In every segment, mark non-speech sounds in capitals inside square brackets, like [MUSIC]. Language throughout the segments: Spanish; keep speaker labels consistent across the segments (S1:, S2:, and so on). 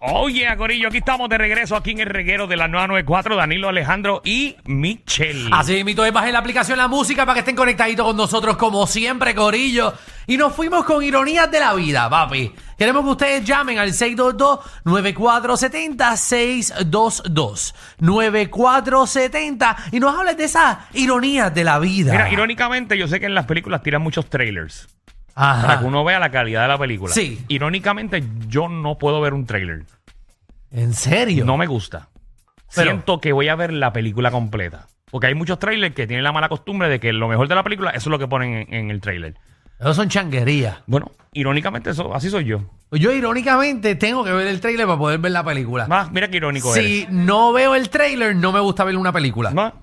S1: Oye, Corillo, aquí estamos de regreso aquí en el reguero de la 994, Danilo Alejandro y Michelle.
S2: Así mismo es, bajen la aplicación La Música para que estén conectaditos con nosotros como siempre, Corillo. Y nos fuimos con ironías de la vida, papi. Queremos que ustedes llamen al 622-9470, 622-9470 y nos hablen de esas ironías de la vida.
S1: Mira, irónicamente, yo sé que en las películas tiran muchos trailers
S2: Ajá.
S1: para que uno vea la calidad de la película.
S2: Sí.
S1: Irónicamente, yo no puedo ver un trailer.
S2: ¿En serio?
S1: No me gusta.
S2: Pero-
S1: Siento que voy a ver la película completa. Porque hay muchos trailers que tienen la mala costumbre de que lo mejor de la película, eso es lo que ponen en, en el trailer.
S2: Eso son changuerías.
S1: Bueno, irónicamente, eso, así soy yo.
S2: Yo irónicamente tengo que ver el tráiler para poder ver la película.
S1: Ah, mira qué irónico
S2: si no veo el tráiler, no me gusta ver una película.
S1: eres. Ah,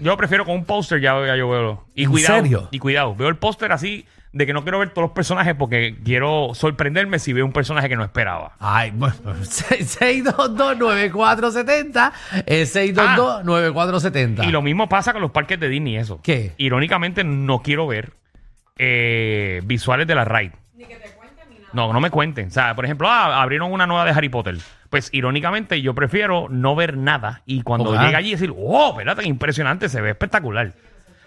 S1: yo prefiero con un póster, ya, ya yo veo. Y
S2: ¿En
S1: cuidado.
S2: serio?
S1: Y cuidado. Veo el póster así de que no quiero ver todos los personajes porque quiero sorprenderme si veo un personaje que no esperaba.
S2: Ay, bueno, [LAUGHS] 622-9470, eh, 622-9470.
S1: Ah, Y lo mismo pasa con los parques de Disney, eso.
S2: ¿Qué?
S1: Irónicamente, no quiero ver eh, visuales de la ride. Ni que te cuenten ni nada. No, no me cuenten. O sea, por ejemplo, ah, abrieron una nueva de Harry Potter. Pues irónicamente, yo prefiero no ver nada y cuando
S2: Ojalá.
S1: llega allí decir, oh, espérate, qué impresionante, se ve espectacular.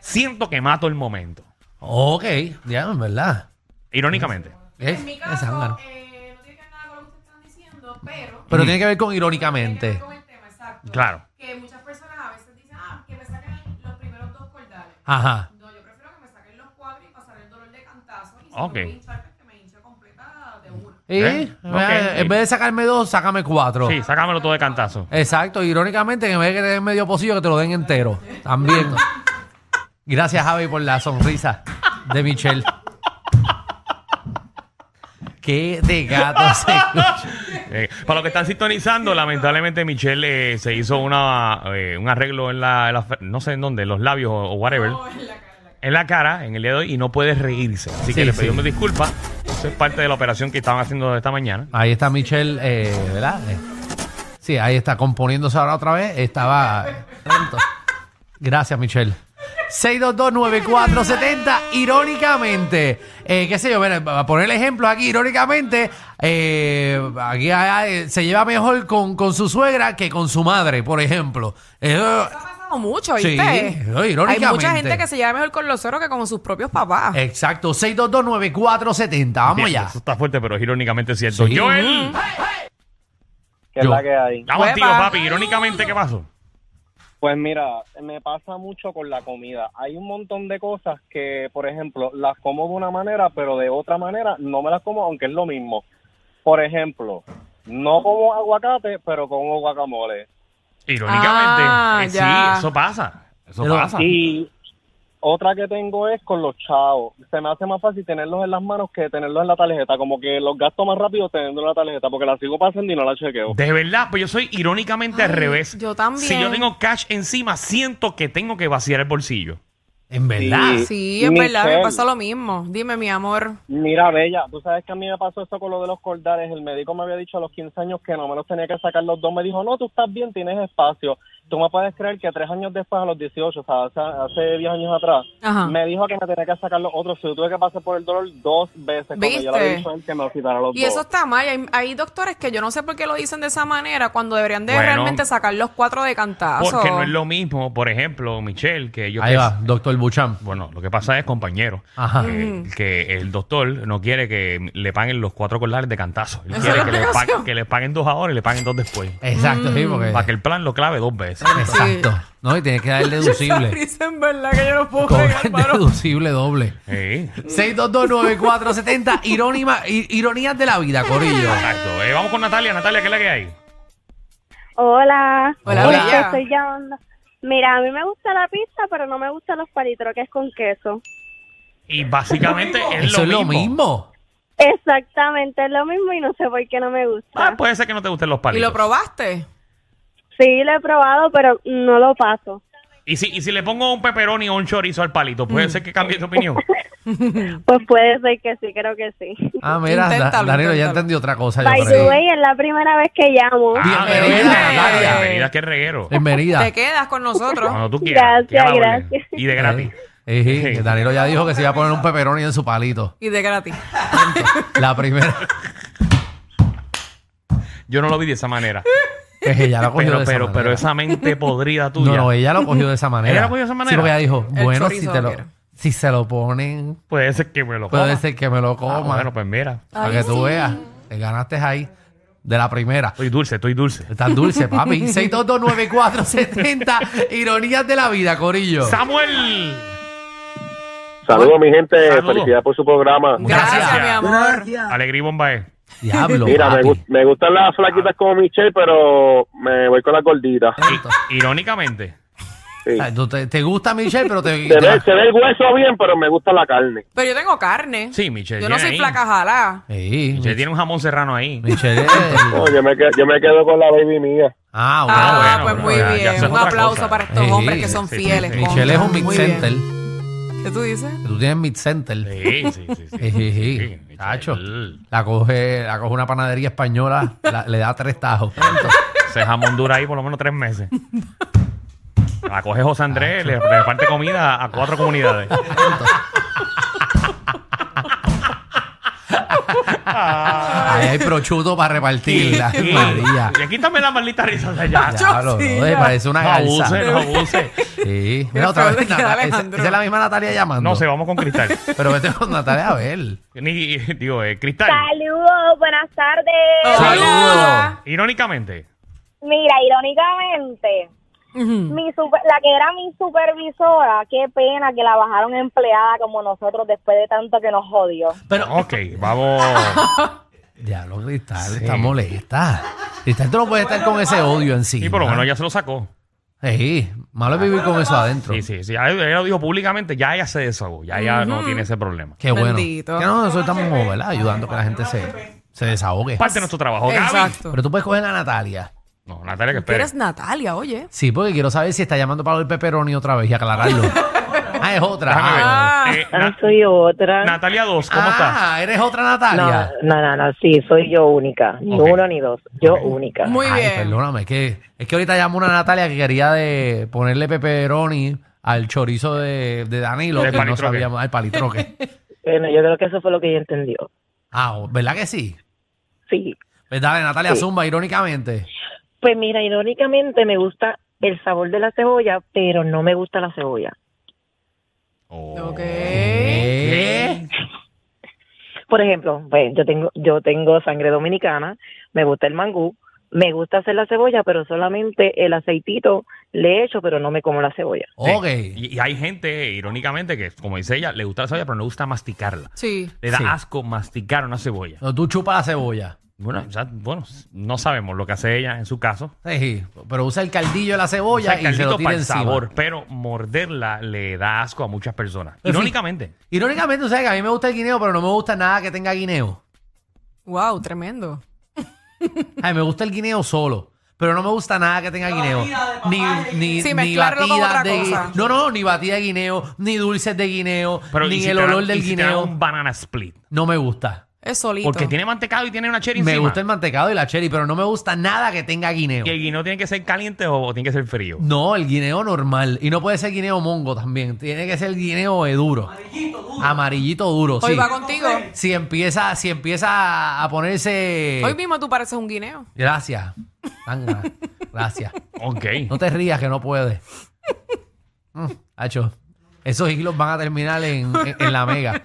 S1: Siento que mato el momento.
S2: Ok, ya, en verdad.
S1: Irónicamente.
S2: Eh,
S3: En mi
S2: es zángano.
S3: caso, eh, no tiene que ver nada con lo que ustedes están diciendo, pero
S2: Pero tiene que ver con
S3: tiene que ver
S2: irónicamente.
S3: con el tema, exacto.
S1: Claro.
S3: Que muchas personas a veces dicen, ah, que me saquen los primeros dos cordales.
S2: Ajá.
S3: No, yo prefiero que me saquen los cuatro y pasar el dolor de cantazo. Y si
S1: Ok.
S3: me voy a hinchar, pues que me hinche completa de una.
S2: Y,
S1: Eh,
S2: eh,
S1: ok.
S2: En vez de sacarme dos, sácame cuatro.
S1: Sí, sácamelo todo de cantazo.
S2: Exacto, irónicamente, en vez de que te den medio pocillo, que te lo den entero. También. Gracias, Javi, por la sonrisa de
S1: [LAUGHS]
S2: Michelle. Qué de gato se escucha.
S1: Eh, para los que están sintonizando, lamentablemente Michelle eh, se hizo una, eh, un arreglo en la, en la- no sé en dónde, en los labios o, o whatever.
S3: No, en la cara, en la cara.
S1: en la cara en el día de hoy y no puede reírse. Así
S2: Sí,
S1: que le
S2: sí.
S1: pedimos disculpas. Eso es parte de la operación que estaban haciendo esta mañana.
S2: Ahí está Michelle, eh, ¿verdad? Eh, sí, ahí está componiéndose ahora otra vez. Estaba eh, lento. Gracias, Michelle. 6229470, irónicamente, eh, qué sé yo, mira, para poner ejemplos aquí, irónicamente, eh, aquí ah, eh, se lleva mejor con, con su suegra que con su madre, por ejemplo. Eso-
S4: ha pasado mucho,
S2: Sí,
S4: ¿viste?
S2: no, irónicamente. Eh,
S4: Hay mucha gente que se lleva mejor con los ceros que con sus propios papás.
S2: exacto, 6229470, vamos ya.
S1: Eso está fuerte, pero es irónicamente cierto.
S2: Sí. Mm.
S1: Joel,
S5: que es
S2: Yo.
S5: la que hay.
S1: vamos
S4: Huepa.
S1: tío, papi. Irónicamente, ¿qué pasó?
S5: Pues mira, me pasa mucho con la comida. Hay un montón de cosas que, por ejemplo, las como de una manera, pero de otra manera no me las como, aunque es lo mismo. Por ejemplo, no como aguacate, pero como guacamole.
S1: Irónicamente.
S4: Ah,
S1: eh,
S4: ya.
S1: sí, eso pasa. Eso
S2: Pero-
S1: pasa.
S5: Y otra que tengo es con los chavos. Se me hace más fácil tenerlos en las manos que tenerlos en la tarjeta. Como que los gasto más rápido teniendo la tarjeta, porque la sigo pasando y no la chequeo.
S1: De verdad, pues yo soy irónicamente al
S4: Ay,
S1: revés.
S4: yo también.
S1: Si yo tengo cash encima, siento que tengo que vaciar el bolsillo.
S2: En verdad.
S5: Sí.
S4: Sí, es verdad, me
S5: Michelle.
S4: pasa lo mismo. Dime, mi amor.
S5: Mira, Bella, tú sabes que a mí me pasó eso con lo de los cordales. El médico me había dicho a los 15 años que no me los tenía que sacar los dos. Me dijo, no, tú estás bien, tienes espacio. Tú me puedes creer que tres años después, a los 18, o sea, hace, hace 10 años atrás,
S4: Ajá.
S5: me dijo que me tenía que sacar los otros. Yo tuve que pasar por el dolor dos veces. Cuando yo le había
S4: ¿Viste?
S5: dicho a él que me los quitara los
S4: Y
S5: dos.
S4: eso está mal. Hay, hay doctores que yo no sé por qué lo dicen de esa manera cuando deberían de
S1: Bueno.
S4: realmente sacar los cuatro de cantazo.
S1: Porque no es lo mismo, por ejemplo, Michelle, que yo
S2: Ahí
S1: que-
S2: va, Ah. doctor Buchan.
S1: Bueno, lo que pasa es, compañero,
S2: Ajá.
S1: que, que el doctor no quiere que le paguen los cuatro cordales de cantazo. Él
S4: Esa
S1: quiere
S4: es
S1: que
S4: la
S1: le, pa-
S4: explicación.
S1: que le paguen dos ahora y le paguen dos después.
S2: Eh. Exacto, sí, porque...
S1: Para que el plan lo clave dos veces.
S2: Exacto. No, y tienes que dar el
S4: [LAUGHS] Esa
S2: deducible.
S4: risa en verdad que yo no puedo
S2: Cobra
S4: pegar,
S2: el
S4: mano.
S2: deducible doble.
S1: Sí.
S2: 6229470, irónima- i- ironías de la vida, Corillo.
S1: Exacto. Eh, vamos con Natalia. Natalia, ¿qué es la que hay?
S6: Hola.
S2: Hola,
S6: Mira,
S4: Bella.
S6: estoy llamando. Mira, a mí me gusta la pizza, pero no me gustan los palitroques con queso.
S1: Y básicamente es
S2: Eso
S1: lo
S2: es lo
S1: mismo.
S2: mismo.
S6: Exactamente, es lo mismo y no sé por qué no me gusta.
S1: Ah, puede ser que no te gusten los
S4: ¿Y
S1: palitos.
S4: lo probaste?
S6: Sí, lo he probado, pero no lo paso.
S1: Y si, y si le pongo un pepperoni o un chorizo al palito, puede
S2: Mm.
S1: ser que cambie tu
S2: [LAUGHS]
S1: opinión.
S6: Pues puede ser que sí, creo que sí.
S2: Ah, mira, Da-
S4: Inténtalo,
S2: Danilo ya
S4: inténtalo.
S2: entendí otra cosa. yo
S6: By
S2: creo.
S6: the way, es la primera vez que llamo.
S1: ah,
S2: Bienvenida,
S1: bienvenida, Natalia.
S2: Natalia.
S1: Bienvenida, qué reguero.
S2: Bienvenida.
S4: Te quedas con nosotros.
S1: Cuando tú quieras.
S6: Gracias,
S1: que a la orden.
S6: gracias.
S1: Y de gratis.
S2: Eh, sí, que Danilo ya dijo que se iba a poner un peperoni en su palito.
S4: Y de gratis.
S2: La primera.
S1: Yo no lo vi de esa manera.
S2: Pues ella lo cogió
S1: pero,
S2: de esa
S1: pero,
S2: manera.
S1: pero esa mente podrida tuya.
S2: [LAUGHS] No, no, ella lo cogió de esa manera.
S1: ¿Ella lo cogió de esa manera?
S2: Sí, porque ella dijo,
S4: El
S2: bueno, si
S4: chorizo
S2: te lo,
S4: lo quiero.
S2: si se lo ponen,
S1: Puede ser que me lo
S2: puede
S1: coma.
S2: ser que me lo coma.
S1: Ah, bueno, pues mira.
S2: para que tú veas, te ganaste ahí de la primera.
S1: Estoy dulce, estoy dulce.
S2: Estás dulce, papi.
S4: [LAUGHS]
S2: 6229470, ironías de la vida, Corillo.
S1: Samuel.
S5: Saludos, mi gente.
S1: Saludos.
S5: Felicidades por su programa.
S4: Gracias,
S1: Gracias.
S4: mi amor.
S1: Alegría y Bombaé.
S2: Diablo,
S5: Mira, me,
S2: papi.
S5: gust- me gustan las flaquitas como Michelle, pero me voy con las gorditas.
S1: Irónicamente.
S5: Sí.
S2: Ah, tú te, te gusta Michelle, pero
S5: [LAUGHS]
S2: te... te
S5: Se ve,
S2: la-
S5: se ve el hueso bien, pero me gusta la carne.
S4: Pero yo tengo carne.
S1: Sí, Michelle.
S4: Yo no
S1: viene ahí.
S4: soy flaca jalá.
S2: Sí,
S1: Michelle tiene un jamón serrano ahí.
S2: Michelle
S5: [LAUGHS]
S2: es-
S5: No, yo, me quedo, yo me quedo con la baby mía.
S2: Ah, bueno.
S4: Ah,
S1: bueno,
S4: pues
S1: pero
S4: muy
S1: ya- ya
S4: bien.
S1: eso es
S4: un
S1: otra
S4: aplauso
S1: cosa.
S4: para estos
S2: Sí,
S4: hombres que son
S1: sí, sí,
S4: fieles.
S1: sí.
S4: contra.
S2: Michelle es un
S4: Muy
S2: mid-center.
S4: bien. ¿Qué tú dices?
S2: Tú tienes mid-center.
S1: Sí, sí, sí. sí.
S2: Ejiji,
S1: Michelle.
S2: Chacho. La coge, la coge una panadería española, la- le da tres tajos.
S1: Ese jamón dura ahí por lo menos tres meses. La coge José Andrés, le le reparte comida a cuatro comunidades.
S2: Ahí hay prochuto para repartir. Ay, María.
S1: Y quítame la maldita risa de allá.
S2: Ya, lo-
S4: sí,
S2: lo de-
S4: ya.
S2: parece una
S1: No abuse, no
S2: garza.
S1: abuse.
S2: Sí.
S4: Qué
S2: Mira, otra
S4: feo
S2: vez.
S4: te queda,
S2: Natalia- esa,
S4: Alejandro.
S2: esa es la misma Natalia llamando.
S1: No, se vamos con Cristal.
S2: Pero vete con Natalia a ver.
S1: Ni, digo, eh, Cristal,
S6: Saludos, buenas tardes.
S1: Ah,
S2: Saludos.
S1: irónicamente.
S6: Mira, irónicamente,
S4: Ujú.
S6: mi super- la que era mi supervisora, qué pena que la bajaron empleada como nosotros después de tanto que nos jodió.
S2: Pero,
S1: Ok, vamos.
S2: diablo, Cristal,
S1: Sí.
S2: está molesta. Cristal, tú no puedes estar con ese odio encima.
S1: Y por lo menos ya se lo sacó.
S2: Sí, malo es vivir con eso adentro.
S1: Sí, sí, sí. Ella ella lo dijo públicamente, ya ella se desahogó, ya ella no tiene ese problema.
S2: Qué bueno.
S4: Bendito.
S2: Que no, nosotros estamos ¿verdad? ayudando a que la gente se, se desahogue.
S1: Parte de nuestro trabajo, Oh, Gaby.
S4: Exacto.
S2: Pero tú puedes coger a Natalia.
S1: No, Natalia, que
S4: Tú
S1: espera.
S4: eres Natalia, oye.
S2: Sí, porque quiero saber si está llamando para el pepperoni otra vez y
S4: [LAUGHS]
S2: aclararlo. ah, es otra.
S1: Déjame ver.
S2: Ah,
S4: Ah.
S1: Eh, Na-
S5: [LAUGHS]
S7: soy otra.
S1: Natalia 2, ¿cómo
S2: ah,
S1: estás?
S2: eres otra
S7: no,
S2: Natalia.
S7: no, no, no, sí, soy yo única. Ni
S1: Ok.
S7: uno ni dos, yo
S1: Ok.
S7: única.
S4: Muy
S2: Ay,
S4: bien.
S2: Perdóname, es que, es que ahorita llamó una Natalia que quería de ponerle pepperoni al chorizo de, de Danilo,
S1: Del
S2: que no
S1: palitroque.
S2: sabíamos, al
S4: [LAUGHS]
S2: palitroque.
S7: Bueno, yo creo que eso fue lo que ella entendió.
S2: Ah, ¿verdad que sí?
S7: Sí.
S2: Pues dale, Natalia
S7: Sí.
S2: Zumba, irónicamente.
S7: Pues mira, irónicamente me gusta el sabor de la cebolla, pero no me gusta la cebolla.
S1: Oh.
S4: Ok.
S2: ¿Qué?
S7: Por ejemplo, pues, yo tengo yo tengo sangre dominicana, me gusta el mangú, me gusta hacer la cebolla, pero solamente el aceitito le echo, pero no me como la cebolla.
S1: Sí.
S2: Ok.
S1: Y, y hay gente, irónicamente, que como dice ella, le gusta la cebolla, pero no le gusta masticarla.
S4: Sí.
S1: Le da
S2: Sí.
S1: asco masticar una cebolla.
S2: No, tú chupas la cebolla.
S1: Bueno, o sea, bueno, no sabemos lo que hace ella en su caso.
S2: Sí, pero usa el caldillo de la cebolla
S1: Saca el
S2: y se lo
S1: caldito
S2: tira
S1: para el
S2: encima.
S1: sabor, pero morderla le da asco a muchas personas.
S2: Pero sí.
S1: Irónicamente.
S2: Irónicamente, o sea, que a mí me gusta el guineo, pero no me gusta nada que tenga guineo.
S4: Wow, tremendo.
S2: A mí me gusta el guineo solo. Pero no me gusta nada que tenga guineo. Ni, ni,
S4: Sí,
S2: ni
S4: mezclarlo con
S2: batida
S4: otra
S2: de
S4: cosa.
S2: No, no, ni batida de guineo, ni dulces de guineo,
S1: Pero
S2: ni
S1: y si
S2: el
S1: te dan-
S2: olor del
S1: y si te dan
S2: guineo.
S1: un banana split.
S2: No me gusta.
S4: Es solito.
S1: Porque tiene mantecado y tiene una cherry
S2: Me
S1: encima.
S2: gusta el mantecado y la cherry, pero no me gusta nada que tenga guineo.
S1: ¿Y el guineo tiene que ser caliente o, o tiene que ser frío?
S2: No, el guineo normal. Y no puede ser guineo mongo también. Tiene que ser guineo eh, duro. Amarillito duro. Amarillito duro,
S4: Hoy
S2: sí.
S4: va contigo.
S2: Si empieza, si empieza a ponerse.
S4: Hoy mismo tú pareces un guineo.
S2: Gracias. Tanga. Gracias.
S1: Ok.
S2: [LAUGHS] No te rías que no puedes. Mm, Hacho, esos hilos van a terminar en, en- en la mega.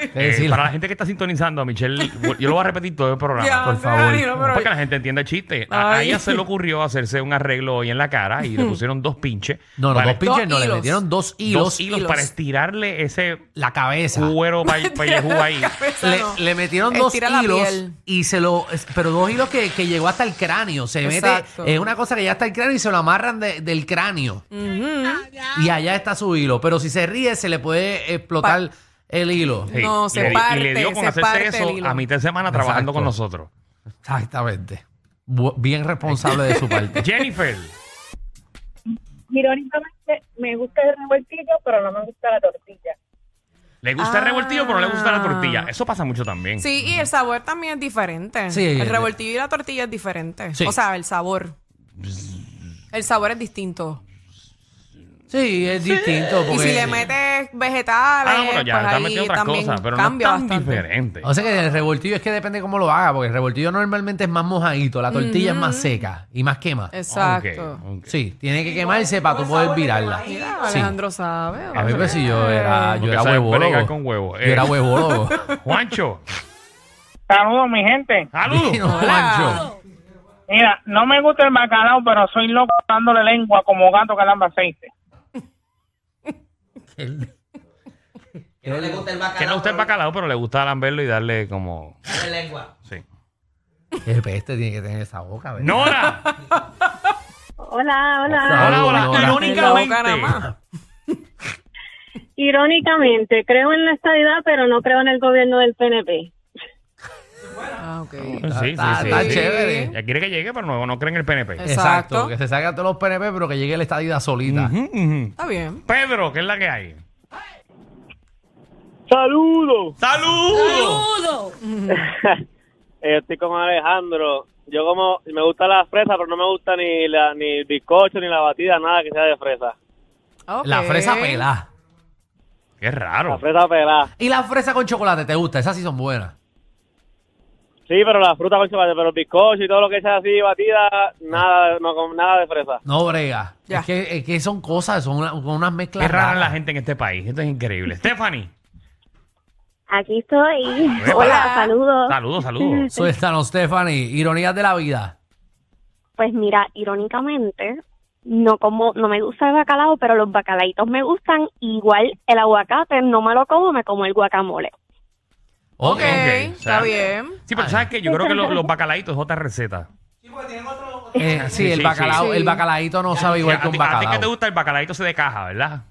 S2: Es
S1: Eh,
S2: decir,
S1: para la gente que está sintonizando a
S4: [LAUGHS]
S1: Michelle, yo lo voy a repetir todo el programa.
S4: Ya,
S2: por
S4: Andrea,
S2: favor.
S4: Danilo, pero-
S1: para que la gente entienda el chiste. A, a
S4: Ay. Hmm.
S1: ella se
S4: [LAUGHS]
S1: le ocurrió hacerse un arreglo hoy en la cara y le pusieron dos pinches.
S2: no, no,
S1: para-
S2: dos pinches no, le
S4: hilos.
S2: metieron dos hilos,
S1: dos hilos
S4: hilos.
S1: para estirarle ese
S2: la cabeza.
S1: cuero
S4: [LAUGHS]
S1: pa- pellejudo ahí.
S4: Cabeza,
S2: Le,
S4: no.
S2: le metieron
S4: Estira
S2: dos
S4: la
S2: hilos
S4: piel.
S2: y se lo. es- Pero dos hilos que, que llegó hasta el cráneo. Se
S4: Exacto.
S2: mete. Es una cosa que ya está el cráneo y se lo amarran de- del cráneo.
S4: Ujú.
S2: Y allá está su hilo. Pero si se ríe, se le puede explotar el hilo.
S1: Sí.
S4: No,
S1: Y
S4: se
S1: le di- Y le
S4: parte,
S1: dio con
S4: se
S1: hacerse
S4: parte el
S1: eso
S4: hilo.
S1: a mitad de semana trabajando
S2: Exacto.
S1: con nosotros.
S2: Exactamente. Bu- Bien responsable de su parte.
S1: Jennifer.
S6: Irónicamente, me gusta el revueltillo, pero no me gusta la tortilla.
S1: Le gusta el
S4: Ah.
S1: revoltillo, pero no le gusta la tortilla. Eso pasa mucho también.
S4: Sí, y el sabor también es diferente.
S2: Sí.
S4: el revoltillo y la tortilla es diferente.
S2: Sí.
S4: O sea, el sabor. El sabor es distinto.
S2: [LAUGHS] Sí, es distinto.
S4: Y
S2: Porque...
S4: si le metes vegetales,
S1: Ah, no, bueno, ya
S4: pues
S1: está
S4: ahí
S1: metiendo otras
S4: también
S1: cosas, pero no es
S4: cambia
S1: tan
S4: bastante.
S1: diferente.
S2: O sea que el revoltillo es que depende cómo lo haga, porque el revoltillo normalmente es más mojadito, la tortilla es más seca y más quema.
S4: Exacto.
S1: Ok, ok.
S2: Sí, tiene que quemarse para tú poder virarla.
S4: Mira,
S2: Sí.
S4: Alejandro sabe.
S2: A ver, pues si yo era, yo
S1: Porque
S2: era
S1: sabe bregar
S2: huevólogo.
S1: con huevo.
S2: Yo era
S1: Eh, [LAUGHS]
S2: huevólogo.
S1: Juancho,
S8: Saludos, mi gente.
S1: saludos.
S2: No, Juancho.
S8: Mira, no me gusta el bacalao, pero soy loco dándole lengua como gato que lamba
S2: [LAUGHS]
S8: aceite.
S9: Que no le gusta el bacalao.
S1: Que no gusta el bacalao, pero le gusta lamberlo y darle como.
S9: pero le lengua.
S1: Sí.
S2: Qué peste tiene que tener esa boca, ¿verdad?
S1: ¡Nora!
S6: Hola, hola.
S1: ¡Hola, hola!
S2: Nora.
S4: Loca nada más.
S1: Irónicamente.
S6: Irónicamente, creo en la estadidad, pero no creo en el gobierno del PNP.
S4: Ah, ok.
S1: Sí,
S2: Está,
S1: sí,
S2: está
S1: sí.
S2: chévere.
S1: Ya quiere que llegue, pero no, no creen el PNP.
S4: Exacto.
S2: Exacto. que se salgan todos los PNP, pero que llegue la estadida solita.
S1: Ujú, ujú.
S4: Está bien.
S1: Pedro, ¿qué es la que hay?
S5: Saludos.
S1: ¡Saludos!
S5: Eh, Estoy con Alejandro. Yo como me gusta la fresa, pero no me gusta ni la ni el bizcocho ni la batida, nada que sea de fresa.
S4: Ok.
S2: La fresa pelada.
S1: ¡Qué
S5: La
S1: raro!
S5: fresa pelada.
S2: Y la fresa con chocolate, ¿te gusta? Esas sí son buenas.
S5: Sí, pero la fruta con chocolate, pero el bizcocho y todo lo que sea así batida, nada, no com- nada de fresa.
S2: No brega.
S4: Ya.
S2: Es, que, es que son cosas, son una- son unas mezclas.
S1: ¡Qué rara es la
S2: raras.
S1: gente en este país! Esto
S8: [LAUGHS]
S1: es increíble. Stephanie,
S6: Aquí estoy.
S1: Hola.
S6: Hola, saludos.
S1: saludos, saludos.
S2: Suéltanos, Stephanie. Ironías de la vida.
S6: Pues mira, irónicamente, no como, no me gusta el bacalao, pero los bacalaitos me gustan. Igual el aguacate no me lo como, me como el guacamole. [LAUGHS]
S2: Ok.
S4: Ok,
S1: Ok, o sea,
S4: está bien.
S1: Sí, pero ¿sabes qué? Yo creo que los, los bacalaitos es otra receta. [LAUGHS]
S2: Eh, sí,
S1: Sí,
S2: el
S1: sí,
S2: bacalao,
S4: sí.
S2: el bacalaíto no
S1: O
S2: sabe
S1: sea,
S2: igual que
S1: a
S2: un
S1: ti- A ti que te
S2: bacalao.
S1: gusta el bacalaito se de caja, ¿verdad?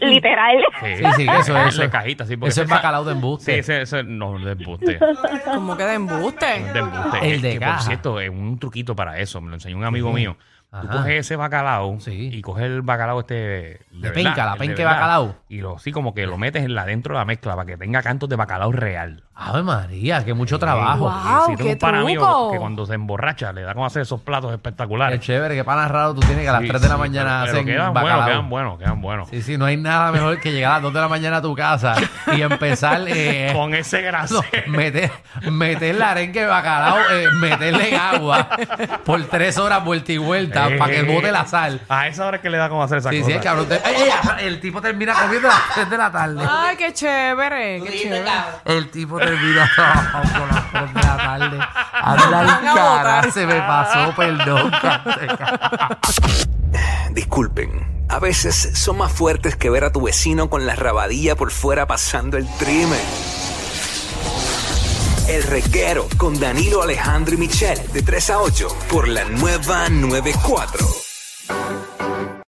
S6: Literal.
S1: Sí,
S2: sí, que
S1: [LAUGHS]
S2: eso- eso-
S1: de cajita, sí. porque
S2: Eso es
S1: esa-
S2: bacalao de
S1: Sí,
S2: embuste.
S1: ese, ese no de
S4: [LAUGHS]
S1: embuste.
S4: Como que de embuste.
S1: De embuste.
S2: El de
S1: que,
S2: caja.
S1: Por cierto, es un truquito para eso. Me lo enseñó un amigo mío. Tú
S2: Ajá.
S1: coges ese bacalao
S2: Sí.
S1: y coges el bacalao este. De verdad,
S2: penca, la
S1: el de
S2: penca de
S1: verdad,
S2: bacalao.
S1: Y lo, sí, como que lo metes en la dentro de la mezcla para que tenga cantos de bacalao real.
S2: Ave María, que mucho trabajo.
S4: Guau. Wow,
S1: Sí, tengo
S4: qué
S1: un pana mío
S4: truco.
S1: que cuando se emborracha le da como hacer esos platos
S2: Qué
S1: espectaculares.
S2: chévere, qué panas raro tú tienes que a las
S1: Sí,
S2: 3 de la
S1: sí,
S2: mañana
S1: pero- pero
S2: hacen
S1: quedan
S2: bacalao.
S1: buenos, quedan buenos, quedan buenos.
S2: Sí, sí, no hay nada mejor que llegar a las 2 de la mañana a tu casa y empezar eh,
S1: [LAUGHS] Con ese
S2: [LAUGHS] no,
S1: graso.
S2: meter, meter la arenque de bacalao, eh, meterle agua por 3 horas vuelta y vuelta para que bote la sal.
S1: [LAUGHS] A Eh, esa hora es que le da como hacer esa
S2: Sí,
S1: cosa.
S2: sí, el cabrón. te- ¡Ey, ey! el tipo termina comiendo a las 3 de la tarde.
S4: Ay, qué chévere.
S9: Tú
S4: Qué
S9: dijiste,
S4: chévere.
S9: cabrón.
S2: El tipo [LAUGHS] termina con las 3 de la tarde. Habla
S4: Van a
S2: el cara,
S4: botar.
S2: se me pasó, perdón. [LAUGHS]
S10: Disculpen, a veces son más fuertes que ver a tu vecino con la rabadilla por fuera pasando el trimen. El reguero con Danilo Alejandro y Michel de 3 a 8 por la nueva 94.